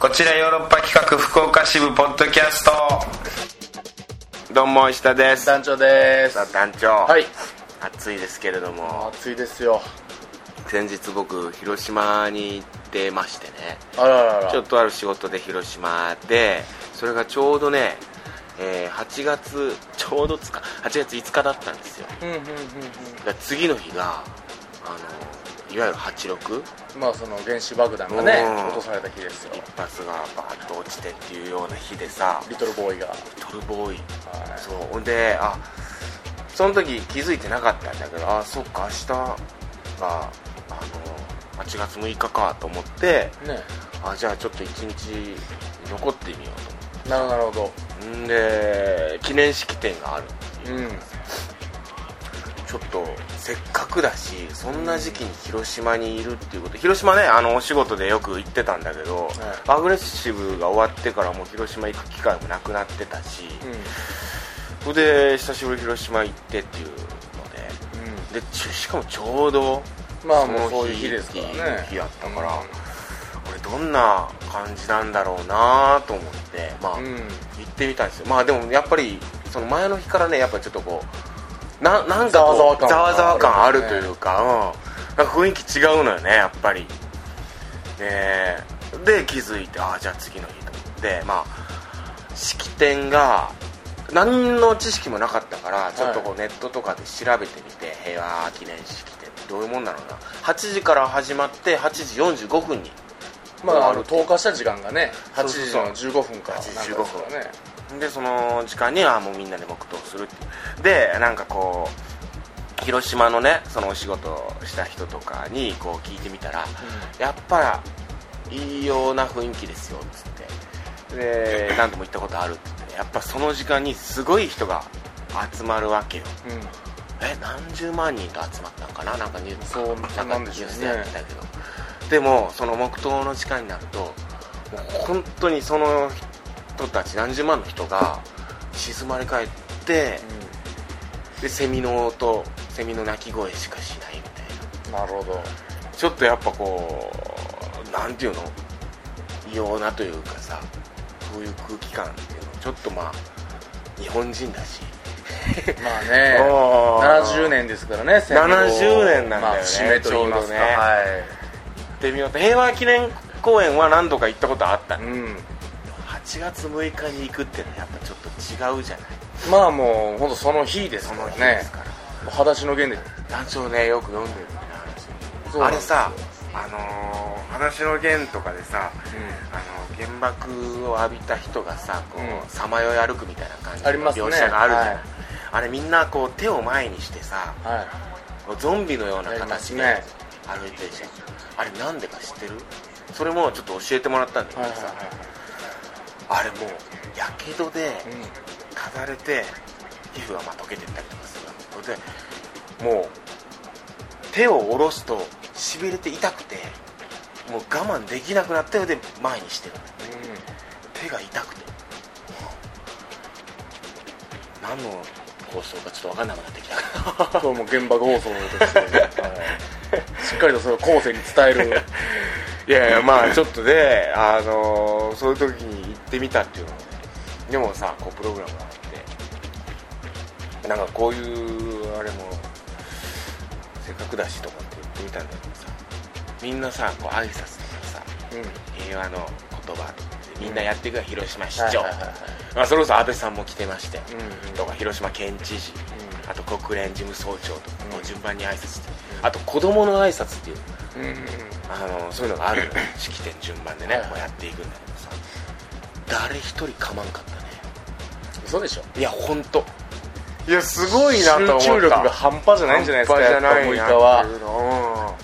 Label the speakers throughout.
Speaker 1: こちらヨーロッパ企画福岡支部ポッドキャストどうも石田です
Speaker 2: 団長です
Speaker 1: さあ団長
Speaker 2: はい
Speaker 1: 暑いですけれども
Speaker 2: 暑いですよ
Speaker 1: 先日僕広島に行ってましてね
Speaker 2: あららら
Speaker 1: ちょっとある仕事で広島でそれがちょうどね、えー8月ちょうどつか8月5日だったんですよ
Speaker 2: うんうんうん
Speaker 1: だから次の日があのいわゆる86
Speaker 2: うんまあその原子爆弾がね
Speaker 1: うん
Speaker 2: 落とされた日ですよ
Speaker 1: 一発がバーッと落ちてっていうような日でさ
Speaker 2: リトルボーイが、はい、
Speaker 1: トルボーイそうほんであその時気づいてなかったんだけどあそっか明日があの8月6日かと思って
Speaker 2: ね
Speaker 1: あじゃあちょっと1日残ってみようと思って
Speaker 2: なるほどなるほど
Speaker 1: んで記念式典があるっていう
Speaker 2: うん
Speaker 1: ちょっとせっかくだしそんな時期に広島にいるっていうこと広島ねあのお仕事でよく行ってたんだけど、アグレッシブが終わってからもう広島行く機会もなくなってたし、それで久しぶりに広島行ってっていうの
Speaker 2: うんうん
Speaker 1: ででちしかもちょうど
Speaker 2: まあ
Speaker 1: そ
Speaker 2: も
Speaker 1: の
Speaker 2: うそういう日ですからね
Speaker 1: 日やったから、これどんな感じなんだろうなと思ってまあ、
Speaker 2: うん
Speaker 1: 行ってみたんですよまあでもやっぱりその前の日からねやっぱりちょっとこうななんかこう
Speaker 2: ざわざわ感
Speaker 1: ざわざわ感あ
Speaker 2: あ
Speaker 1: る
Speaker 2: る
Speaker 1: と
Speaker 2: ね
Speaker 1: いうか,、うん、なんか雰囲気違うのよねやっぱりねえで気づいてああじゃあ次の日と思ってまあ式典が何の知識もなかったからちょっとこうネットとかで調べてみて、平和記念式典ってどういうもんなのかな8時から始まって8時45分に
Speaker 2: まああの投下した時間がね8時
Speaker 1: そう
Speaker 2: の15分から
Speaker 1: 8時
Speaker 2: なんかですからね
Speaker 1: でその時間にはもうみんなで黙祷するっていうでなんかこう広島のねそのお仕事をした人とかにこう聞いてみたら、やっぱりいいような雰囲気ですよっつってで何度も行ったことあるって言ってねやっぱその時間にすごい人が集まるわけよ
Speaker 2: うん
Speaker 1: え何十万人と集まったのかななんかニュース
Speaker 2: そ
Speaker 1: な
Speaker 2: う
Speaker 1: んか
Speaker 2: なん
Speaker 1: ニュ
Speaker 2: でし
Speaker 1: ー
Speaker 2: ょうね
Speaker 1: スでやってたけどでもその黙祷の時間になるともう本当にその人たち何十万の人が静まり返ってでセミの音セミの鳴き声しかしないみたい
Speaker 2: うんなるほど
Speaker 1: なちょっとやっぱこうなんていうの異様なというかさそういう空気感っていうのちょっとまあ日本人だし、
Speaker 2: まあね70年ですからね戦後
Speaker 1: 70年なんだよね
Speaker 2: まあ、節目と言います
Speaker 1: ちょうど
Speaker 2: か、
Speaker 1: ね行ってみようと平和記念公園は何度か行ったことあったんだけど
Speaker 2: はい、うん
Speaker 1: 8月6日に行くってのはやっぱちょっと違うじゃない
Speaker 2: まあもう本当その日です
Speaker 1: そ
Speaker 2: か
Speaker 1: の
Speaker 2: ら
Speaker 1: 日で
Speaker 2: ね
Speaker 1: すから、
Speaker 2: 裸足の弦で
Speaker 1: 団長ねよく読んでるみたいな話
Speaker 2: そう
Speaker 1: あ
Speaker 2: なん
Speaker 1: れ
Speaker 2: ですよ
Speaker 1: さあのー、話の弦とかでさ、あの原爆を浴びた人がさこ
Speaker 2: うん
Speaker 1: うさまよい歩くみたいな感じの
Speaker 2: ありますね
Speaker 1: 描写があるじゃない、
Speaker 2: はい
Speaker 1: あれみんなこう手を前にしてさ
Speaker 2: はい
Speaker 1: こうゾンビのような形で
Speaker 2: やります
Speaker 1: 歩いてるじゃん、あれなんでか知ってるそれもちょっと教えてもらったんだけど
Speaker 2: はいはい
Speaker 1: さ、あれもうやけどで、
Speaker 2: は
Speaker 1: ただれて皮膚がまあ溶けてったりとかするわけでもう手を下ろすとしびれて痛くてもう我慢できなくなったようで前にしてる手が痛くて何の放送かちょっと分かんなくなってきたけ
Speaker 2: い
Speaker 1: ど
Speaker 2: これもう原爆放送として、はい、しっかりとそれを後世に伝える
Speaker 1: いやいやまあちょっとね、あのーそういう時に行ってみたっていうのはねでもさこうプログラムがあってなんかこういうあれもせっかくだしと思って行ってみたんだけどさみんなさこう挨拶とかさ
Speaker 2: うん
Speaker 1: 平和の言葉とかってみんなやっていくから広島市長、
Speaker 2: はいはいはいはい
Speaker 1: まあ、それこそ安倍さんも来てまして、
Speaker 2: うんうん
Speaker 1: とか広島県知事、
Speaker 2: う
Speaker 1: あと国連事務総長とかも順番に挨拶して、
Speaker 2: うん
Speaker 1: あと子供の挨拶っていう
Speaker 2: うんうん
Speaker 1: あのそういうのがあるのよ 式典順番でね
Speaker 2: はい
Speaker 1: こうやっていくんだけどさ誰一人かまんかったね
Speaker 2: 嘘でしょ
Speaker 1: いや本当いやすごいなと思った
Speaker 2: 集中力が半端じゃないんじゃないですか
Speaker 1: 半端じゃない
Speaker 2: や
Speaker 1: なっ
Speaker 2: っぱ6日
Speaker 1: て
Speaker 2: は、
Speaker 1: いうの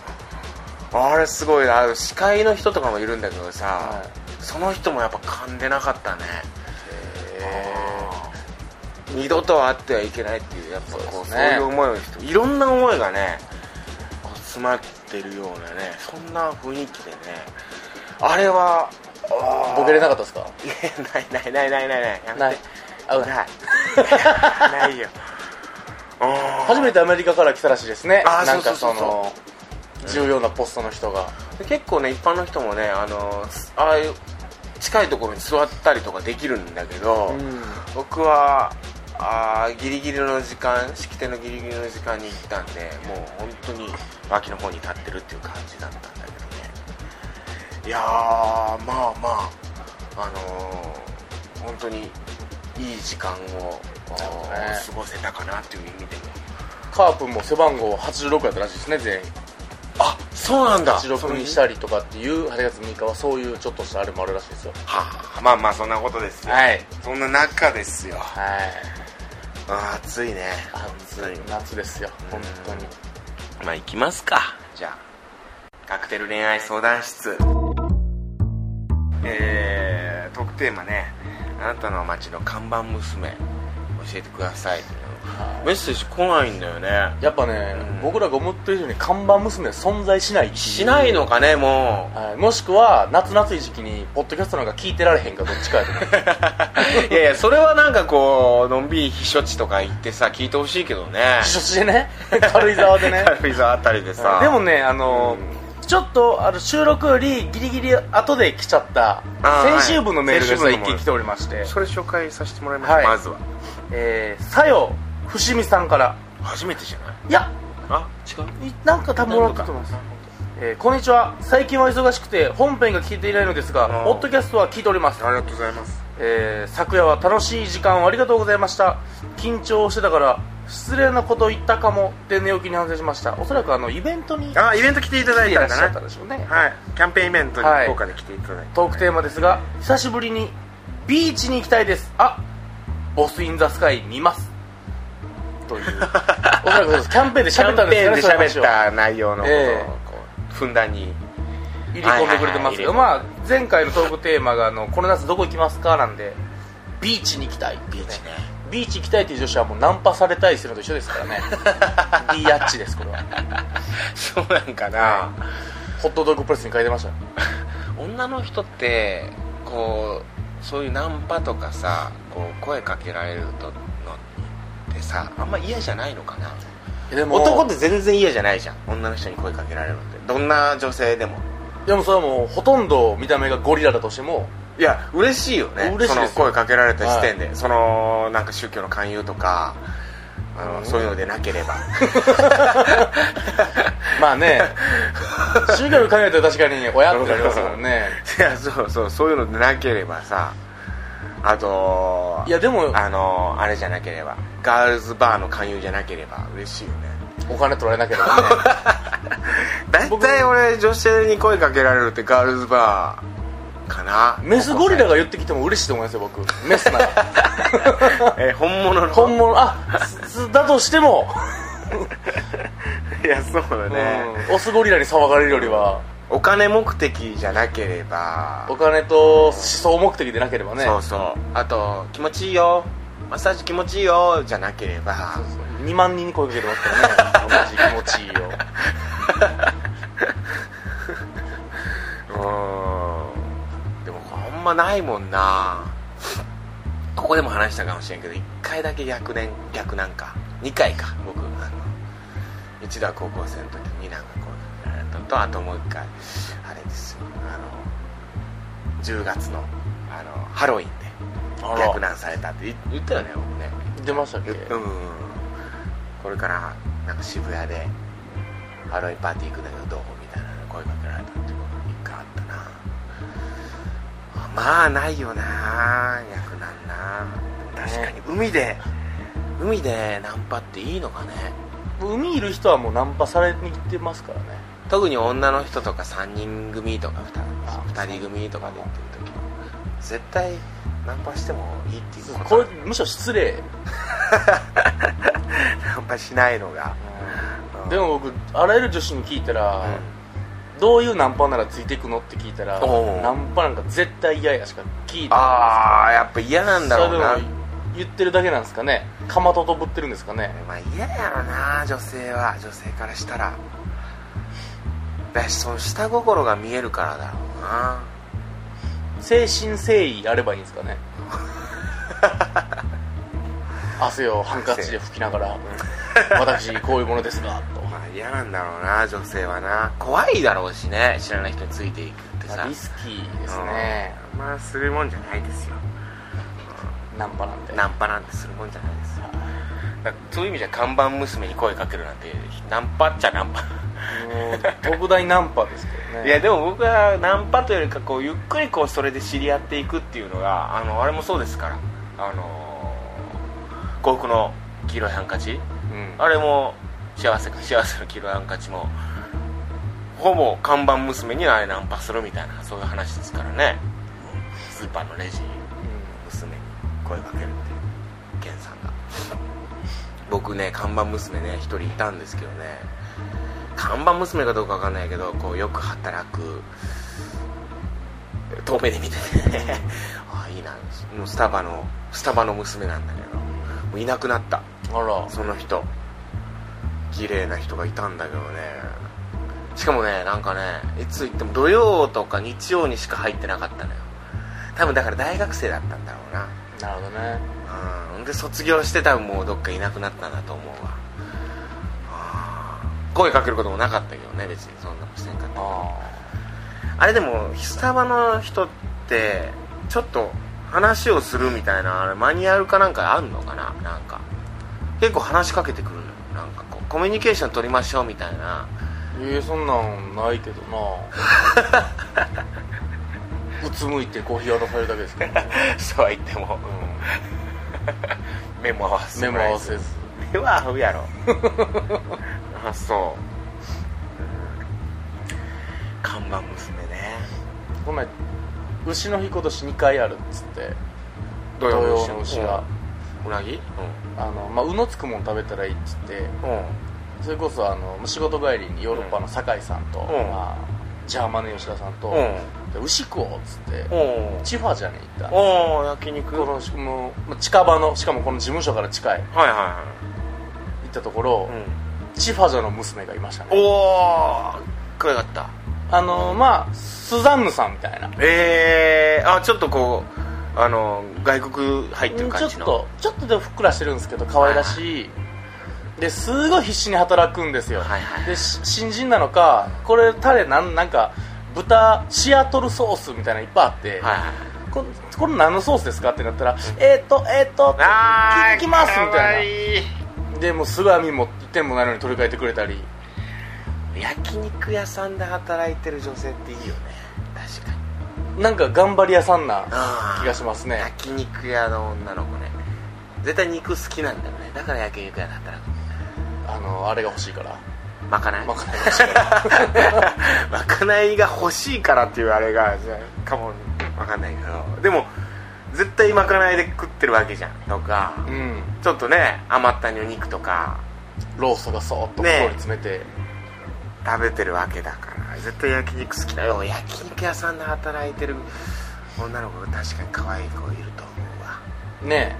Speaker 1: うんあれすごいなあの司会の人とかもいるんだけどさ、
Speaker 2: は
Speaker 1: その人もやっぱ噛んでなかったねうん二度とはあってはいけないっていうやっぱこう
Speaker 2: そ
Speaker 1: そうう,、
Speaker 2: ですね
Speaker 1: いう思いを人いろんな思いがねこう詰まってるようなねそんな雰囲気でねあれはあー
Speaker 2: い、ボケれなかったですか
Speaker 1: いやないないないないないないやめて
Speaker 2: ないあ
Speaker 1: ない
Speaker 2: ない
Speaker 1: ないよ
Speaker 2: 初めてアメリカから来たらしいですね
Speaker 1: あー
Speaker 2: なんか
Speaker 1: そうそ
Speaker 2: そ
Speaker 1: そ
Speaker 2: う
Speaker 1: うそう
Speaker 2: の重要なポストの人が、
Speaker 1: 結構ね一般の人もねあのああいう近いところに座ったりとかできるんだけど、
Speaker 2: うん
Speaker 1: 僕はあーギリギリの時間式典のギリギリの時間に行ったんでもう本当に脇の方に立ってるっていう感じだったんだけどねいやーまあまああのー本当にいい時間を、あ
Speaker 2: なるほど
Speaker 1: ー
Speaker 2: ね
Speaker 1: 過ごせたかなっていう意味でも
Speaker 2: カープも背番号86やったらしいですね全員
Speaker 1: あそうなんだ
Speaker 2: 86にしたりとかっていう8月6日はそういうちょっとしたあれもあるらしいですよ
Speaker 1: はあまあまあそんなことですよ
Speaker 2: はい
Speaker 1: そんな中ですよ
Speaker 2: はい
Speaker 1: あー暑いね
Speaker 2: 暑い夏ですよ本当に
Speaker 1: まあ行きますかじゃあカクテル恋愛相談室えー、トークテーマねあなたの街の看板娘教えてくださいメッセージ来ないんだよね
Speaker 2: やっぱね、
Speaker 1: うん
Speaker 2: 僕らが思ってる以上に看板娘は存在しないってう
Speaker 1: しないのかねも
Speaker 2: はい、もしくは夏夏い時期にポッドキャストなんか聞いてられへんかどっちかやと思う
Speaker 1: う いやいやそれはなんかこうのんびり避暑地とか行ってさ聞いてほしいけどね
Speaker 2: 避暑地でね 軽井沢でね
Speaker 1: 軽井沢あたりでさ
Speaker 2: でもねあのーちょっとあの収録よりギリギリ後で来ちゃった
Speaker 1: あー
Speaker 2: 先週分のメールが
Speaker 1: は
Speaker 2: 実
Speaker 1: い
Speaker 2: は一件来ておりまして、
Speaker 1: それ紹介させてもらいまし
Speaker 2: す
Speaker 1: た、ま
Speaker 2: ま
Speaker 1: ず
Speaker 2: ず
Speaker 1: は
Speaker 2: えー、さよ伏見さんから
Speaker 1: 初めてじゃない
Speaker 2: いや
Speaker 1: あ違う
Speaker 2: いなんか多分もらったと思いますえーこんにちは最近は忙しくて本編が聞いていないのです
Speaker 1: あー
Speaker 2: がポッドキャストは聞いております
Speaker 1: ありがとうございます
Speaker 2: えー昨夜は楽しい時間をありがとうございました緊張してたから失礼なこと言ったかもって寝起きに反省しましたおそらくあのイベントに
Speaker 1: あイベント来ていただい
Speaker 2: いら
Speaker 1: た
Speaker 2: っ
Speaker 1: ん
Speaker 2: しゃ
Speaker 1: だ
Speaker 2: った
Speaker 1: な
Speaker 2: でしょうね
Speaker 1: はいキャンペーンイベントに
Speaker 2: はい
Speaker 1: 福岡で来ていただいて、
Speaker 2: トークテーマですが久しぶりにビーチに行きたいですあボス・イン・ザ・スカイ見ます というおそらくそうですキャンペーンで
Speaker 1: キャ
Speaker 2: 喋
Speaker 1: ン
Speaker 2: ったん
Speaker 1: ペーン
Speaker 2: です
Speaker 1: で
Speaker 2: よね
Speaker 1: 喋った内容のこと
Speaker 2: え
Speaker 1: をこうふんだんに
Speaker 2: 入り込んでくれてますけど、
Speaker 1: はいはいは
Speaker 2: まあ、前回のトークテーマがあの「この夏どこ行きますか?」なんでビーチに行きたいっていうねビーチ行きたいっていう女子はもうナンパされたりするのと一緒ですから ねビーヤッチですこれは
Speaker 1: そうなんかな、
Speaker 2: ホットドッグプレスに書いてました
Speaker 1: 女の人ってこうそういうナンパとかさこう声かけられるとのってさあんま嫌じゃないのかな
Speaker 2: でも
Speaker 1: 男って全然嫌じゃないじゃん女の人に声かけられるのってどんな女性でも
Speaker 2: でもそれはもうほとんど見た目がゴリラだとして も
Speaker 1: いや嬉しいよね
Speaker 2: 嬉しいで
Speaker 1: そ
Speaker 2: す
Speaker 1: の
Speaker 2: よ
Speaker 1: 声かけられた時点で、そのなんか宗教の勧誘とかあの、
Speaker 2: うん
Speaker 1: そういうのでなければ
Speaker 2: まあね宗教の考えたら確かに親ってなりますからね
Speaker 1: いやそうそうそういうのでなければさあと
Speaker 2: いやでも
Speaker 1: あのあれじゃなければガールズバーの勧誘じゃなければ嬉しいよね
Speaker 2: お金取られなければね
Speaker 1: 大体俺女性に声かけられるってガールズバーかな
Speaker 2: メスゴリラが言ってきても嬉しいと思いますよ僕メスなら
Speaker 1: え本物の
Speaker 2: 本物あすすだとしても、
Speaker 1: いやそうだね、
Speaker 2: うんオスゴリラに騒がれるよりは
Speaker 1: お金目的じゃなければ
Speaker 2: お金と思想目的でなければね
Speaker 1: そうそうあと気持ちいいよマッサージ気持ちいいよじゃなければ
Speaker 2: 2万人に声かけてますからね同じ気持ちいい よ
Speaker 1: うーんでもあんまないもんなここでも話したかもしれんけど1回だけ逆年逆なんか2回か僕あの一度は高校生の時になんかこうやられたのとあともう1回あれですよあの10月のあのハロウィンで
Speaker 2: あ
Speaker 1: 逆
Speaker 2: ら
Speaker 1: 難されたって言言ったよね僕ね
Speaker 2: 出ましたっけ
Speaker 1: うんこれからなんか渋谷でハロウィンパーティー行くんだけどどうみたいな声かけられたっていうことが一回あったなまあないよな逆なんな確かに海で海でナンパっていいのかね
Speaker 2: 海いる人はもうナンパされに来てますからね
Speaker 1: 特に女の人とか3人組とか 2, 人組とかで行ってる時は絶対ナンパしてもいいっていうこと
Speaker 2: これむしろ失礼、
Speaker 1: ナンパしないのが、
Speaker 2: でも僕あらゆる女子に聞いた
Speaker 1: う
Speaker 2: ら、
Speaker 1: ん
Speaker 2: どういうナンパならついていくのって聞いたら
Speaker 1: おう
Speaker 2: ナンパなんか絶対嫌やしか聞いてな
Speaker 1: ああやっぱ嫌ないん
Speaker 2: です
Speaker 1: だ
Speaker 2: そ
Speaker 1: ろ
Speaker 2: れ
Speaker 1: うな
Speaker 2: でも言ってるだけなんですかねかまととぶってるんですかね
Speaker 1: まあ嫌やろな女性は女性からしたらだしその下心が見えるからだろうな
Speaker 2: 誠心誠意あればいいんですかね 汗をハンカチで拭きなが ら「私こういうものですが」と
Speaker 1: まあ嫌なんだろうな女性はな怖いだろうしね知らない人についていくって
Speaker 2: まあ、リスキーですね
Speaker 1: うんまあするもんじゃないですよ
Speaker 2: ナンパなんて
Speaker 1: ナンパなんてするもんじゃないですよだからそういう意味じゃ看板娘に声かけるなんてナンパっちゃナンパ
Speaker 2: もう特大ナンパですけ どね
Speaker 1: いやでも僕はナンパというよりかこうゆっくりこうそれで知り合っていくっていうのがあのあれもそうですからあのー幸福の黄色いハンカチ
Speaker 2: うん
Speaker 1: あれも幸せか幸せの黄色いハンカチもほぼ看板娘にあれナンパするみたいなそういう話ですからねスーパーのレジ娘に声かけるっていうケンさんが僕ね看板娘ね一人いたんですけどね看板娘かどうかわかんないけどこうよく働く遠目で見ててね ああいいなもうスタバのスタバの娘なんだけどもういなくなった
Speaker 2: あら
Speaker 1: その人綺麗な人がいたんだけどねしかもねなんかねいつ行っても土曜とか日曜にしか入ってなかったのよ多分だから大学生だったんだろうな
Speaker 2: なるほどね
Speaker 1: うんで卒業して多分もうどっかいなくなったんだと思うわうん声かけることもなかったけどね別にそんなもしてんかった
Speaker 2: あ
Speaker 1: あれでもスタバの人ってちょっと話をするみたいなあれマニュアルかなんかあんのかななんか結構話しかけてくるのよなんかこうコミュニケーション取りましょうみたいな
Speaker 2: ーえー、そんなんないけど なうつむいてコーヒー渡されるだけですけ ど、
Speaker 1: そうは言っても 目も合わせ
Speaker 2: 目も合わせず
Speaker 1: 目は合うやろ あそう看板娘ね
Speaker 2: ごめん牛の日今年2回あるっつって
Speaker 1: 土曜の牛
Speaker 2: の牛が、
Speaker 1: うなぎ
Speaker 2: あのまあ、うのつくもん食べたらいいっつって
Speaker 1: うんうん
Speaker 2: それこそあの仕事帰りにヨーロッパの酒井さんと、
Speaker 1: ん
Speaker 2: まあ、ジャーマネ吉田さんと、で牛食おうっつって、
Speaker 1: うんうん
Speaker 2: チファジャに行ったんです
Speaker 1: おお焼肉
Speaker 2: このしもうまあ近場のしかもこの事務所から近い
Speaker 1: はいは
Speaker 2: 行ったところ、
Speaker 1: いはい、
Speaker 2: チファジャの娘がいましたね
Speaker 1: おおかわいかった
Speaker 2: あのまあスザンヌさんみたいな
Speaker 1: えー、あちょっとこうあの外国入ってる
Speaker 2: ちょ
Speaker 1: 感
Speaker 2: っ
Speaker 1: じの
Speaker 2: とちょっとでもふっくらしてるんですけど可愛らしいですごい必死に働くんですよ、
Speaker 1: はいはい
Speaker 2: でし新人なのかこれタレなんなんか豚シアトルソースみたいなのいっぱいあって、
Speaker 1: はいはい
Speaker 2: ここれ何のソースですかってなったら、えーとえーと
Speaker 1: あー
Speaker 2: 聞きますみ
Speaker 1: かわ
Speaker 2: たい
Speaker 1: いい
Speaker 2: なでもうすぐ網も一点もないのに取り替えてくれたり
Speaker 1: 焼肉屋さんで働いてる女性っていいよね確かに
Speaker 2: なんか頑張り屋さんな
Speaker 1: あー
Speaker 2: 気がしますね
Speaker 1: 焼肉屋の女の子ね絶対肉好きなんだよねだから焼肉屋で働く
Speaker 2: あのあれが欲しいから
Speaker 1: まかない
Speaker 2: まかないが欲しいから
Speaker 1: まかないが欲しいからっていうあれがじゃあかもわかんないけどでも絶対まかないで食ってるわけじゃんとか
Speaker 2: うん
Speaker 1: ちょっとね余ったお肉とか
Speaker 2: ローストがそーっと
Speaker 1: ねえ
Speaker 2: 袋に詰めて、
Speaker 1: 食べてるわけだから絶対焼肉好きだよ焼肉屋さんで働いてる女の子が確かに可愛い子いると思うわ
Speaker 2: ね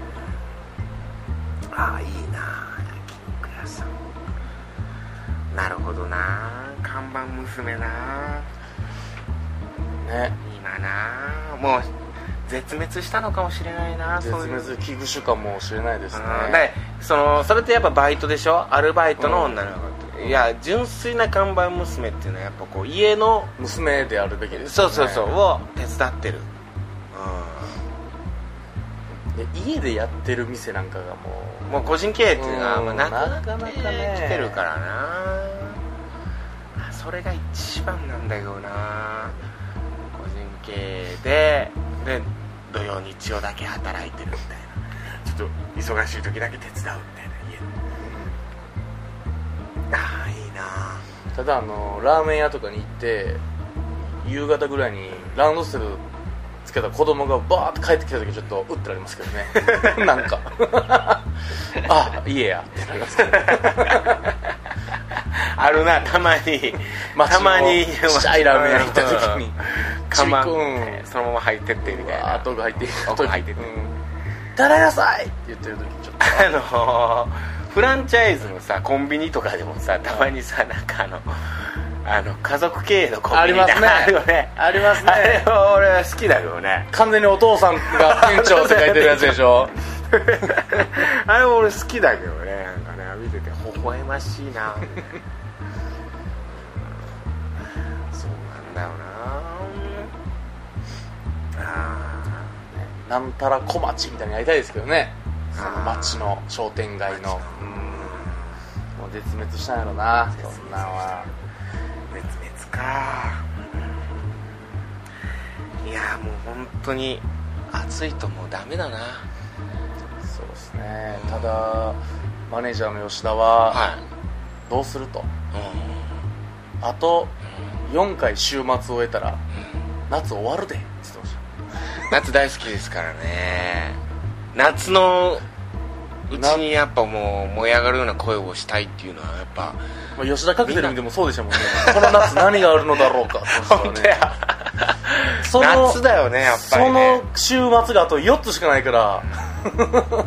Speaker 1: ああいいな焼肉屋さんなるほどな看板娘な
Speaker 2: えね
Speaker 1: 今なもう絶滅したのかもしれないな
Speaker 2: 絶
Speaker 1: そういう
Speaker 2: 滅危惧種かもしれないですね
Speaker 1: うんでそのそれってやっぱバイトでしょアルバイトの女の子って、
Speaker 2: うん
Speaker 1: いや純粋な看板娘っていうのはやっぱこう家の
Speaker 2: 娘であるべきです
Speaker 1: そ
Speaker 2: よ
Speaker 1: う
Speaker 2: ね
Speaker 1: そうそう、を手伝ってる
Speaker 2: で家でやってる店なんかがも
Speaker 1: うんもう個人経営っていうのは
Speaker 2: うん
Speaker 1: まあなかなかね
Speaker 2: なかなかね
Speaker 1: 来てるからなそれが一番なんだけどな個人経営でで土曜日曜だけ働いてるみたいなちょっと忙しい時だけ手伝うみたいな家ああいいな
Speaker 2: うただあのラーメン屋とかに行って夕方ぐらいにランドセルつけた子供がバーって帰ってきた時ちょっとうってなりますけど ねなんか あ家やってなりますけど
Speaker 1: あるなたまに
Speaker 2: 街の
Speaker 1: たまに
Speaker 2: ちっちゃいラーメン屋行った時に
Speaker 1: うんかまっ
Speaker 2: ちび
Speaker 1: て
Speaker 2: くん
Speaker 1: そのまま入ってってみたい
Speaker 2: わー
Speaker 1: な
Speaker 2: っと奥入っていく
Speaker 1: 奥入っていく
Speaker 2: うんたらやさいって言ってる時ちょっと
Speaker 1: あのーフランチャイズのさコンビニとかでもさたまにさなんかあのあの家族経営のコンビニ
Speaker 2: ありますね
Speaker 1: あるよね
Speaker 2: ありますね
Speaker 1: あれは俺は好きだけど ね
Speaker 2: 完全にお父さんが店長って書いてるやつで しょ
Speaker 1: あれ俺好きだけどねなんかね見てて微笑ましい なそうなんだよな
Speaker 2: なんたら小町みたいにやりたいですけどねその
Speaker 1: あー
Speaker 2: 町の商店街のうんもう絶滅したんやろなそんなんは
Speaker 1: 滅滅かいやもう本当に暑いともうダメだな
Speaker 2: そうですねただマネージャーの吉田は
Speaker 1: はい
Speaker 2: どうすると
Speaker 1: うん
Speaker 2: あと4回週末を終えたら夏終わるでって言ってまし
Speaker 1: 夏大好きですからね夏のうちにやっぱもう燃え上がるような声をしたいっていうのはやっぱ
Speaker 2: た、まあ、吉田カクテル見てもそうでしたもんねこの夏何があるのだろう かって言ってましたからねその
Speaker 1: 夏だよねやっぱりね
Speaker 2: その週末があと4つしかないから
Speaker 1: そっか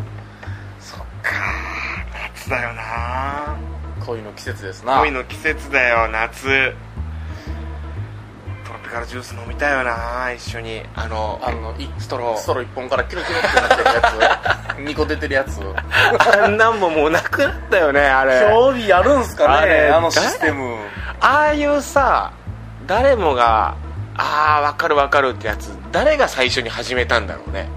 Speaker 1: 夏だよな
Speaker 2: 恋の季節ですな
Speaker 1: 恋の季節だよ夏トロピカルジュース飲みたいよな一緒にあの
Speaker 2: あのい
Speaker 1: ストロー
Speaker 2: ストロー1本からキロキロってな ってるやつ2個出てるやつ
Speaker 1: あんなんももうなくなったよねあれ
Speaker 2: 興味やるんす
Speaker 1: あ
Speaker 2: かね
Speaker 1: れ
Speaker 2: あのシステム
Speaker 1: ああいうさ誰もがああ分かる分かるってやつ誰が最初に始めたんだろうね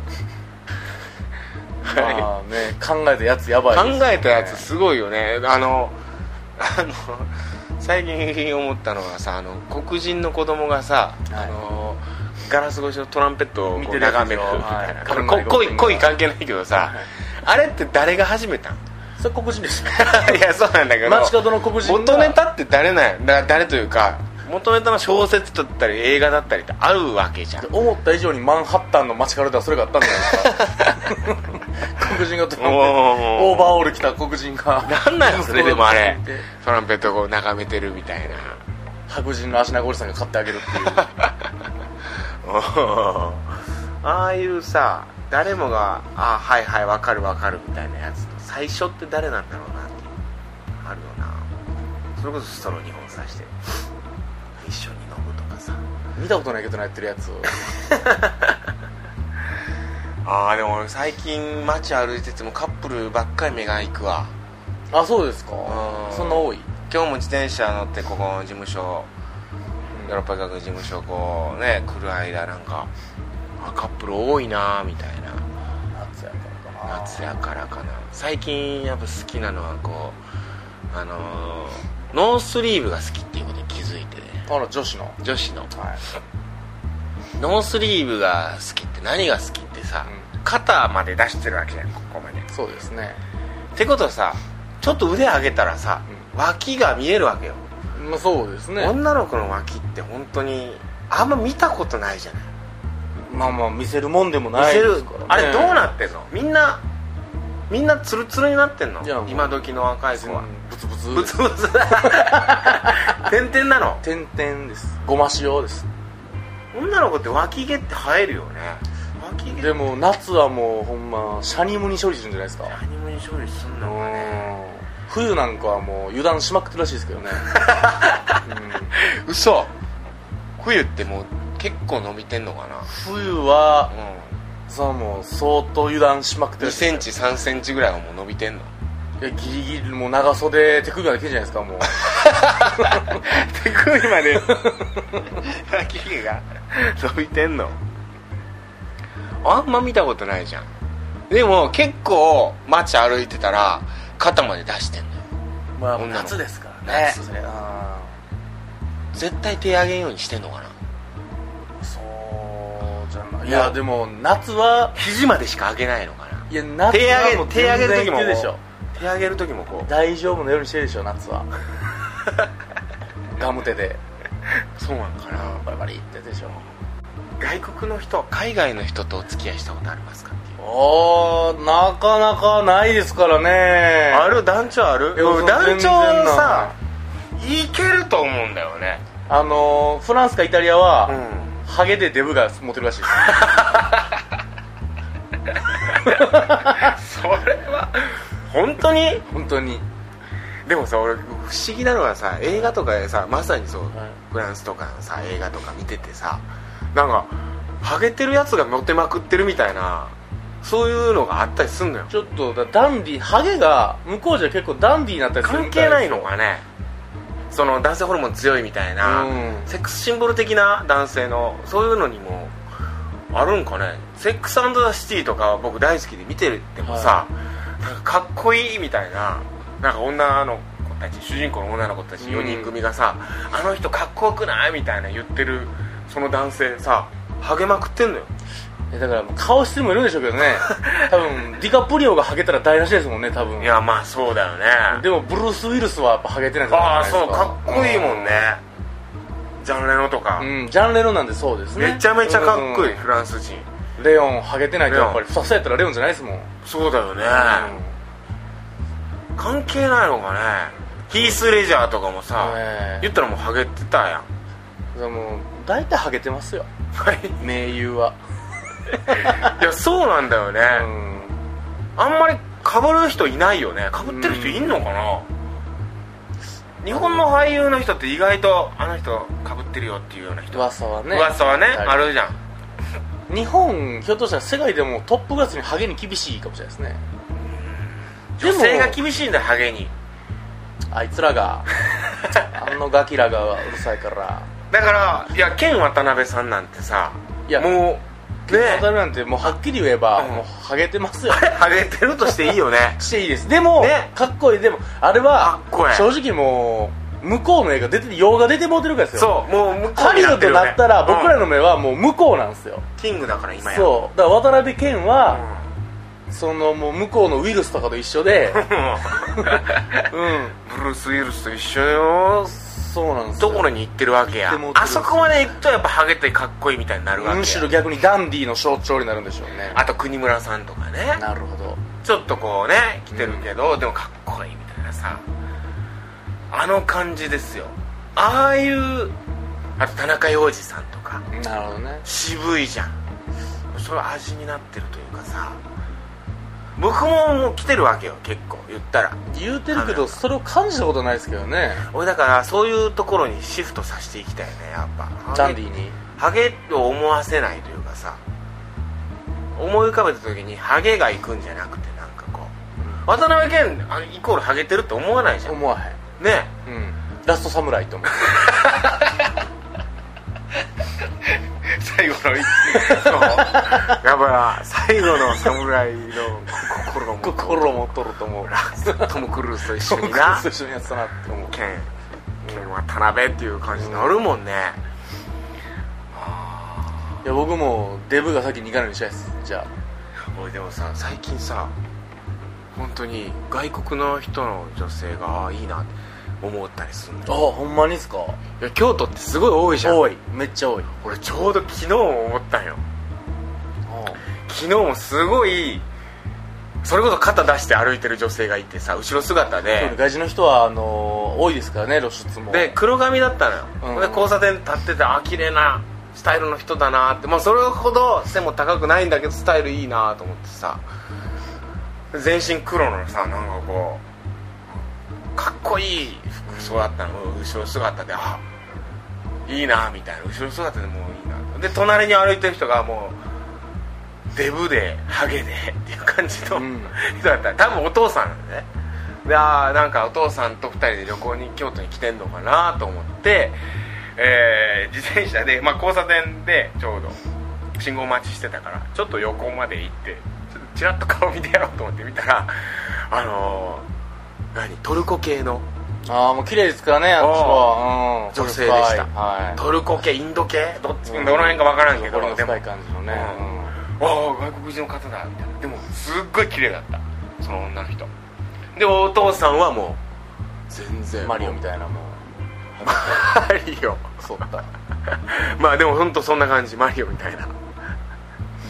Speaker 1: 誰
Speaker 2: まあね考えたやつやば
Speaker 1: 考
Speaker 2: いですね
Speaker 1: えたやつすごいよねあのあの最近思ったのがさあの黒人の子供がさ、
Speaker 2: はい
Speaker 1: あのガラス越しのトランペットをこう
Speaker 2: 見てるやつ
Speaker 1: 眺めるみたい
Speaker 2: は
Speaker 1: ないあのこ恋恋関係ないけどさ
Speaker 2: はい
Speaker 1: あれって誰が始めたん
Speaker 2: それ黒人で す
Speaker 1: いやそうなんだけど
Speaker 2: 街角の黒人が
Speaker 1: 元ネタって誰なんやだ誰というか元ネタの小説だったり映画だったりってあるわけじゃん
Speaker 2: 思った以上にマンハッタンの街から出たらそれがあったんじゃないですか黒人がトランペットオーバーオール着た黒人が
Speaker 1: なんなんやそれでもあれ
Speaker 2: で
Speaker 1: トランペットをこう眺めてるみたいな
Speaker 2: 白人の足長おじさんが買ってあげるっていう
Speaker 1: ああいうさ誰もが「ああはいはいわかるわかる」みたいなやつの最初って誰なんだろうなってあるよなそれこそストロー2本刺して一緒に飲むとかさ
Speaker 2: 見たことないけどなやってるやつ
Speaker 1: ああでも俺最近街歩いててもカップルばっかり目が行くわ
Speaker 2: あそうですか
Speaker 1: うん
Speaker 2: そんな多い
Speaker 1: 今日も自転車乗ってここの事務所ヨーロッパ学事務所こうね来る間なんかあカップル多いなみたいな
Speaker 2: 夏やからかな
Speaker 1: 夏やからかな最近やっぱ好きなのはこうあのーノースリーブが好きっていうことに気づいてね
Speaker 2: あら女子のはい
Speaker 1: 女子のノースリーブが好きって何が好きってさ、肩まで出してるわけじゃんここまでっ
Speaker 2: そうですね
Speaker 1: てことはさちょっと腕上げたらさ、脇が見えるわけよ、
Speaker 2: まあそうですね
Speaker 1: 女の子の脇って本当にあんま見たことないじゃない
Speaker 2: まあまあ見せるもんでも
Speaker 1: 見
Speaker 2: ない
Speaker 1: せ
Speaker 2: です
Speaker 1: る
Speaker 2: からね
Speaker 1: あれどうなってんのみんなみんなツルツルになってんの
Speaker 2: いやもう
Speaker 1: 今時の若い子は、
Speaker 2: ブツブツ
Speaker 1: ブツブツ 点々なの
Speaker 2: 点々ですごま塩です
Speaker 1: 女の子って脇毛って生えるよね脇毛
Speaker 2: でも夏はもうほんまシャニムに処理するんじゃないですか
Speaker 1: 何もに処理すんのかね
Speaker 2: うん冬なんかはもう油断しまくってるらしいですけどね、
Speaker 1: 嘘冬ってもう結構伸びてんのかな
Speaker 2: うん冬は
Speaker 1: う
Speaker 2: そのもう相当油断しまくって
Speaker 1: ん
Speaker 2: る
Speaker 1: 2センチ3センチぐらいはもう伸びてんの
Speaker 2: いやギリギリもう長袖手首まで切るじゃないですかもう
Speaker 1: 手首まで脇毛が伸びてんのあんま見たことないじゃんでも結構街歩いてたら肩まで出してんのよ
Speaker 2: まあ
Speaker 1: 女の子
Speaker 2: 夏ですからね
Speaker 1: 夏
Speaker 2: それあ
Speaker 1: 絶対手上げんようにしてんのかな
Speaker 2: ーそうじゃない
Speaker 1: い
Speaker 2: い
Speaker 1: や
Speaker 2: やでも夏は
Speaker 1: 肘までしか上げないのかない
Speaker 2: や夏
Speaker 1: 手上げ
Speaker 2: はもう
Speaker 1: 手上げる時も
Speaker 2: 全然いけるでしょ
Speaker 1: 手上げる時もこ
Speaker 2: 大丈夫のようにしてるでしょ夏はガム手で
Speaker 1: うそうなんかな
Speaker 2: バリバリってでしょ
Speaker 1: 外国の人海外の人とお付き合いしたことありますかっていう
Speaker 2: あーなかなかないですからね
Speaker 1: ある団長ある
Speaker 2: いや
Speaker 1: うん団
Speaker 2: 全
Speaker 1: 長
Speaker 2: 然ない
Speaker 1: さいけると思うんだよね
Speaker 2: あのーフランスかイタリア
Speaker 1: う
Speaker 2: は、
Speaker 1: ん
Speaker 2: ハゲでデブがモテるらしいです
Speaker 1: それは本当に
Speaker 2: 本当に、
Speaker 1: でもさ俺不思議なのはさ映画とかでさまさにそうフランスとかのさ映画とか見ててさなんかハゲてるやつがモテまくってるみたいなそういうのがあったりすんのよ
Speaker 2: ちょっとだダンディハゲが向こうじゃ結構ダンディーになったりする
Speaker 1: 関
Speaker 2: みた
Speaker 1: 係ない
Speaker 2: です
Speaker 1: のかねその男性ホルモン強いみたいな、
Speaker 2: うん
Speaker 1: セックスシンボル的な男性のそういうのにもあるんかねセックスザ・シティとか僕大好きで見てるってもさ、なんかかっこいいみたいななんか女の子たち主人公の女の子たち
Speaker 2: うん
Speaker 1: 4人組がさ、あの人かっこよくないみたいな言ってるその男性さハゲまくってんのよ
Speaker 2: えだからもう顔してもいるんでしょうけどね 多分ディカプリオがハゲたら台無しですもんね多分
Speaker 1: いやまあそうだよね
Speaker 2: でもブルース・ウィルスはやっぱハゲてないじゃ
Speaker 1: ああ
Speaker 2: ないですか
Speaker 1: そうかっこいいもんね、ジャンレノとか、
Speaker 2: うん、ジャンレロなんでそうですね
Speaker 1: めちゃめちゃかっこいい、
Speaker 2: うん
Speaker 1: フランス人
Speaker 2: レオンハゲてないと
Speaker 1: レオン
Speaker 2: やっぱり2つやったらレオンじゃないですもん、
Speaker 1: そうだよね、関係ないのかねヒース・レジャーとかもさ、
Speaker 2: ねえ
Speaker 1: 言ったらもうハゲてた やん
Speaker 2: うん、でも大体ハゲてますよ名優は、
Speaker 1: いやそうなんだよね、
Speaker 2: うん、
Speaker 1: あんまりかぶる人いないよねかぶってる人いんのかな、日本の俳優の人って意外とあの人かぶってるよっていうような人、
Speaker 2: 噂はね
Speaker 1: 噂はね、
Speaker 2: はい
Speaker 1: あるじゃん
Speaker 2: 日本ひょっとしたら世界でもトップクラスにハゲに厳しいかもしれないですねで
Speaker 1: 女
Speaker 2: も
Speaker 1: 性が厳しいんだよハゲに
Speaker 2: あいつ らがあのガキらがうるさいから
Speaker 1: だからいやケン渡辺さんなんてさ
Speaker 2: いや
Speaker 1: もうね
Speaker 2: 渡辺なんてもうはっきり言えば、
Speaker 1: うん
Speaker 2: もうハゲてますよ
Speaker 1: あれハゲてるとしていいよ ね
Speaker 2: していいですでも、
Speaker 1: ね
Speaker 2: かっこいいでもあれは
Speaker 1: かっこいい
Speaker 2: 正直もう向こうの映画出て洋画出てもうてるからですよ
Speaker 1: そうもう向こう
Speaker 2: ハリウッドになったら僕ら
Speaker 1: の、
Speaker 2: の目はもう向こうなんですよ、
Speaker 1: うんキングだから今や
Speaker 2: そうだから渡辺謙
Speaker 1: う
Speaker 2: は、
Speaker 1: ん
Speaker 2: そのもう向こうのウイルスとかと一緒 でうん
Speaker 1: ブルース・ウィルスと一緒よ
Speaker 2: そうなんです
Speaker 1: ど
Speaker 2: よ
Speaker 1: ころに行ってるわけや
Speaker 2: 行ってもうてる
Speaker 1: あそこまで行くとやっぱハゲてかっこいいみたいになるわけや
Speaker 2: むしろ逆にダンディーの象徴になるんでしょうね
Speaker 1: あと国村さんとかね
Speaker 2: なるほど
Speaker 1: ちょっとこうね来てるけど、でもかっこいいみたいなさあの感じですよああいうあと田中要次さんとか
Speaker 2: なるほどね
Speaker 1: 渋いじゃんそれ味になってるというかさ僕ももう来てるわけよ結構言ったら
Speaker 2: 言うてるけどそれを感じたことないですけどね
Speaker 1: 俺だからそういうところにシフトさせていきたいねやっぱ
Speaker 2: ダンディーに
Speaker 1: ハゲを思わせないというかさ思い浮かべた時にハゲが行くんじゃなくてなんかこう渡辺謙あイコールハゲてるって思わないじゃんね
Speaker 2: 思わへんうんラストサムライと思う
Speaker 1: 最後の一そうやっぱ最後の侍の心がもう
Speaker 2: 心もとると思う
Speaker 1: ラストトム・クルーズと一
Speaker 2: ト
Speaker 1: 緒に
Speaker 2: ムクルー
Speaker 1: な
Speaker 2: ズと一緒にやってたなって思う
Speaker 1: 剣剣渡辺っていう感じになるもんね、
Speaker 2: いや僕もデブが先に行かないようにしたいですじゃ
Speaker 1: 俺でもさ最近さ本当に外国の人の女性がああいいなって思ったりするんだ
Speaker 2: ああ
Speaker 1: よ
Speaker 2: ほんまにっすか
Speaker 1: いや京都ってすごい多いじゃん
Speaker 2: 多いめっちゃ多い
Speaker 1: 俺ちょうど昨日思ったんよ昨日もすごいそれこそ肩出して歩いてる女性がいてさ後ろ姿
Speaker 2: そうね
Speaker 1: で
Speaker 2: 外人の人はあのー多いですからね露出も
Speaker 1: で黒髪だった
Speaker 2: う
Speaker 1: の
Speaker 2: ん
Speaker 1: よ、で交差点立っててあ綺麗なスタイルの人だなって、まあ、それほど背も高くないんだけどスタイルいいなと思ってさ全身黒のさなんかこうかっこいい服装だったの後ろ姿であいいなみたいな後ろ姿でもういいなで隣に歩いてる人がもうデブでハゲでっていう感じの、
Speaker 2: うん
Speaker 1: 人だったら多分お父さんなんだねであーなんかお父さんと2人で旅行に京都に来てんのかなと思って、えー自転車で、まあ、交差点でちょうど信号待ちしてたからちょっと横まで行ってちょっとちらっと顔見てやろうと思って見たらあのー何トルコ系の
Speaker 2: ああもう綺麗ですからねあっちは、うん、
Speaker 1: 女性でした
Speaker 2: はい
Speaker 1: トルコ系インド系どっち、
Speaker 2: うん
Speaker 1: どの辺か分からんけど
Speaker 2: 残りの
Speaker 1: でも
Speaker 2: 深い感じのね、
Speaker 1: うん
Speaker 2: うん
Speaker 1: ああ外国人の方だみたいなでもすっごい綺麗だったその女の人でお父さんはもう全然
Speaker 2: マリオ
Speaker 1: も
Speaker 2: み
Speaker 1: う
Speaker 2: たいなもん
Speaker 1: マリオ
Speaker 2: そうだ
Speaker 1: まあでも本当そんな感じマリオみたいな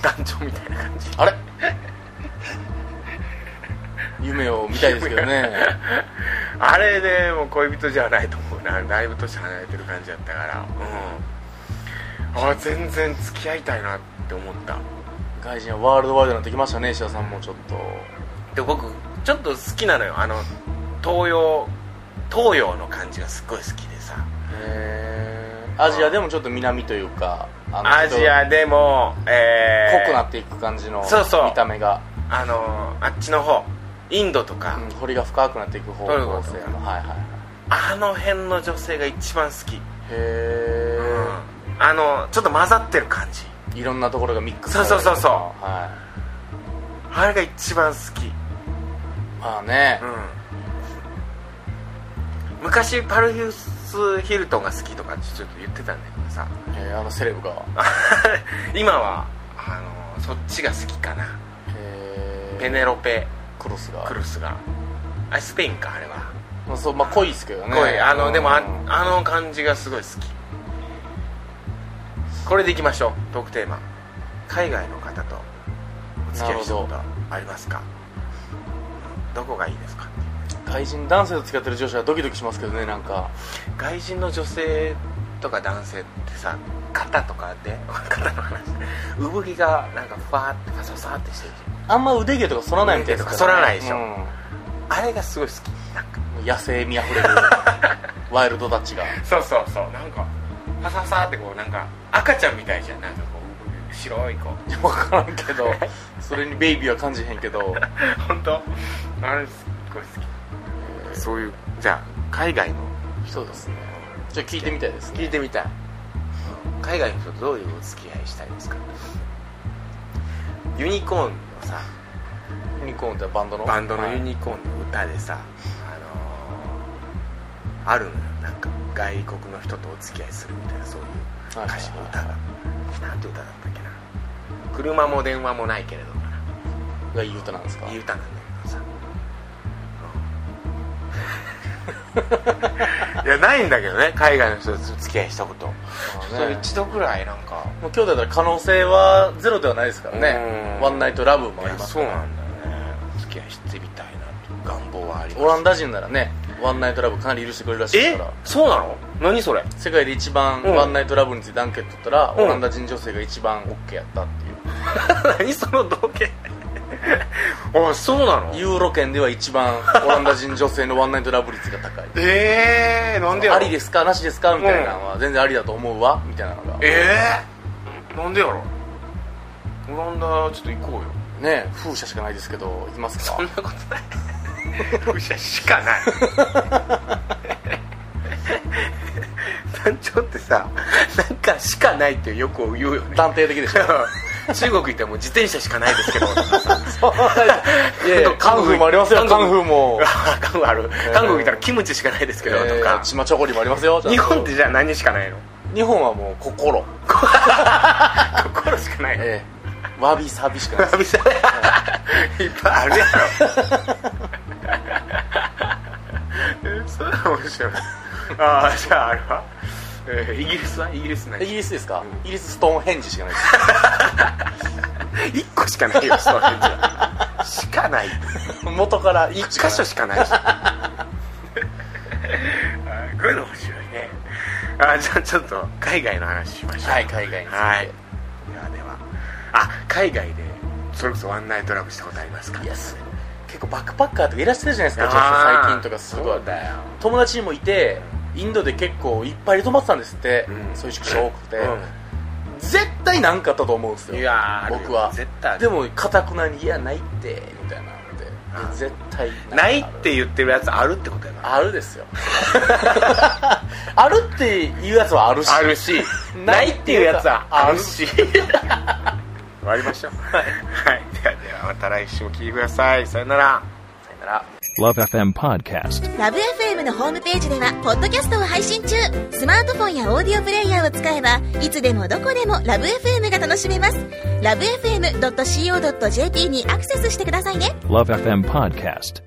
Speaker 1: 団長みたいな感じ
Speaker 2: あ れ夢を見たいですけどね
Speaker 1: あれでもう恋人じゃないと思うなだいぶ年離れてる感じだったからうんああ全然付き合いたいなって思った
Speaker 2: 外人はワールドワイドになってきましたね石田さんもちょっと
Speaker 1: で僕ちょっと好きなのよあの東洋東洋の感じがすっごい好きでさ
Speaker 2: へーアジアでもちょっと南というかあの
Speaker 1: アジアでも、えー
Speaker 2: 濃くなっていく感じの
Speaker 1: そうそう
Speaker 2: 見た目が、
Speaker 1: あのーあっちの方インドとか、
Speaker 2: うん、彫りが深くなっていく方向性のはい
Speaker 1: そういうこと
Speaker 2: はいはい
Speaker 1: あの辺の女性が一番好き、
Speaker 2: へ
Speaker 1: あのちょっと混ざってる感じ
Speaker 2: いろんなところがミックスされてる
Speaker 1: そうそうそうそう
Speaker 2: は
Speaker 1: あれが一番好き
Speaker 2: いまあね、
Speaker 1: うん昔パルヒウス・ヒルトンが好きとかってちょっと言ってたんだけどさ
Speaker 2: えーあのセレブが、
Speaker 1: 今はあのそっちが好きかな
Speaker 2: えー
Speaker 1: ペネロペ・
Speaker 2: クロスが
Speaker 1: クルスがあれスペインかあれは
Speaker 2: まあ、そうまあ濃いですけどね
Speaker 1: これあのでもあ
Speaker 2: うん
Speaker 1: あの感じがすごい好きこれでいきましょうトークテーマ海外の方とお付き合いしたことはありますかどこがいいですか
Speaker 2: 外人男性と付き合ってる女子はドキドキしますけどねなんか
Speaker 1: 外人の女性とか男性ってさ肩とかで 肩の話産毛がなんかファーってファサファってしてるじ
Speaker 2: あんま腕毛とか剃らないみたいです
Speaker 1: 腕毛と
Speaker 2: から、ね、
Speaker 1: か剃らないでしょ
Speaker 2: う
Speaker 1: ゃんあれがすごい好きなんか
Speaker 2: ん野生味あふれ るワイルドたちが
Speaker 1: そうそうそうなんかファサファってこうなんか赤ちゃんみたいじゃんなんかこう白い子
Speaker 2: 分からんけどそれにベイビーは感じへんけど
Speaker 1: 本当あれすっごい好きそういうじゃあ海外の
Speaker 2: そうですねじゃあ聞いてみたいですね
Speaker 1: 聞いてみたい海外の人とどういうお付き合いしたいですかユニコーンのさ
Speaker 2: ユニコーンってバンドの
Speaker 1: バンドのユ
Speaker 2: はい
Speaker 1: ニコーンの歌でさ、あのーあるのよなんか外国の人とお付き合いするみたいなそういう
Speaker 2: はい
Speaker 1: 歌詞の歌がなんて歌だったっけな車も電話もないけれどもな
Speaker 2: がいい歌なんですか
Speaker 1: いい歌なんだけどさ、うんいやないんだけどね海外の人と付き合いしたこと、
Speaker 2: ま
Speaker 1: そ
Speaker 2: あ
Speaker 1: れ
Speaker 2: ね
Speaker 1: 一度くらいなんか
Speaker 2: もう今日だったら可能性はゼロではないですから
Speaker 1: う
Speaker 2: ね
Speaker 1: ん
Speaker 2: ワンナイトラブも
Speaker 1: い
Speaker 2: あり
Speaker 1: や
Speaker 2: ます
Speaker 1: そ
Speaker 2: か
Speaker 1: う
Speaker 2: ら
Speaker 1: なんだよねお付き合いしてみたいなと願望はあります
Speaker 2: オランダ人ならねワンナイトラブかなり許してくれるらしいです
Speaker 1: え
Speaker 2: から
Speaker 1: そうなの何それ
Speaker 2: 世界で一番
Speaker 1: うん
Speaker 2: ワンナイトラブについてアンケート取ったら、
Speaker 1: うん
Speaker 2: オランダ人女性が一番 OK やったっていう、
Speaker 1: 何その同 系あそうなの
Speaker 2: ユーロ圏では一番オランダ人女性のワンナイトラブ率が高い
Speaker 1: ええー、 なんでやろ
Speaker 2: ありですかなしですかみたいなのは全然ありだと思うわみたいなのがね
Speaker 1: ええー、なんでやろオランダちょっと行こうよ
Speaker 2: え風車しかないですけど行きますか
Speaker 1: そんなことない風車しかない山頂ってさなんかしかないってよく言うよね
Speaker 2: 断定的でし ょ
Speaker 1: 中国行ったらもう自転車しかないですけど とかさ
Speaker 2: いやいやカンフーもありますよ
Speaker 1: 韓国
Speaker 2: カンフーも
Speaker 1: あ韓国ある、
Speaker 2: ー
Speaker 1: 韓国行ったらキムチしかないですけどと
Speaker 2: え
Speaker 1: か
Speaker 2: ー、チマチョコリもありますよちゃんと
Speaker 1: 日本ってじゃあ何しか ないの
Speaker 2: 日本はもう心、
Speaker 1: 心しかないの、
Speaker 2: ええわびさびしかないです
Speaker 1: 旅先いっぱいあるやろえそうなの面白いああじゃああれは、えーイギリスはイギリス何
Speaker 2: イギリスですか、
Speaker 1: うん
Speaker 2: イギリスストーンヘンジしかないです
Speaker 1: 一個しかないよその辺じゃしかない
Speaker 2: 元から一
Speaker 1: 一箇所しかないしあーこういうの面白いねあーじゃあちょっと海外の話しましょう
Speaker 2: はい海外について
Speaker 1: はいではではあ海外でそれこそワンナイトラブしたことありますか
Speaker 2: いやす結構バックパッカーとかいらっしゃるじゃないですか女性最近とかすごい
Speaker 1: そうだよ
Speaker 2: 友達にもいてインドで結構いっぱい泊まってたんですって、
Speaker 1: うん
Speaker 2: そういう宿舎多くて、絶対何かあったと思うんです
Speaker 1: い
Speaker 2: よ
Speaker 1: やー
Speaker 2: 僕は
Speaker 1: 絶対ある
Speaker 2: でもかたくなに「いやないって」みたいなのでで
Speaker 1: あ
Speaker 2: 絶対
Speaker 1: ないって言ってるやつあるってことやな
Speaker 2: あるですよ あるっていうやつはあるし
Speaker 1: あるし ないっていうやつはある し終わりましょうはい、ではではまた来週も聞いてくださいさよなら
Speaker 2: さよなら
Speaker 3: Love FM Podcast.
Speaker 4: ラブ f m のホームページではポッドキャストを配信中スマートフォンやオーディオプレイヤーを使えばいつでもどこでもラブ f m が楽しめますラブ FM.co.jp にアクセスしてくださいね
Speaker 3: Love FM Podcast.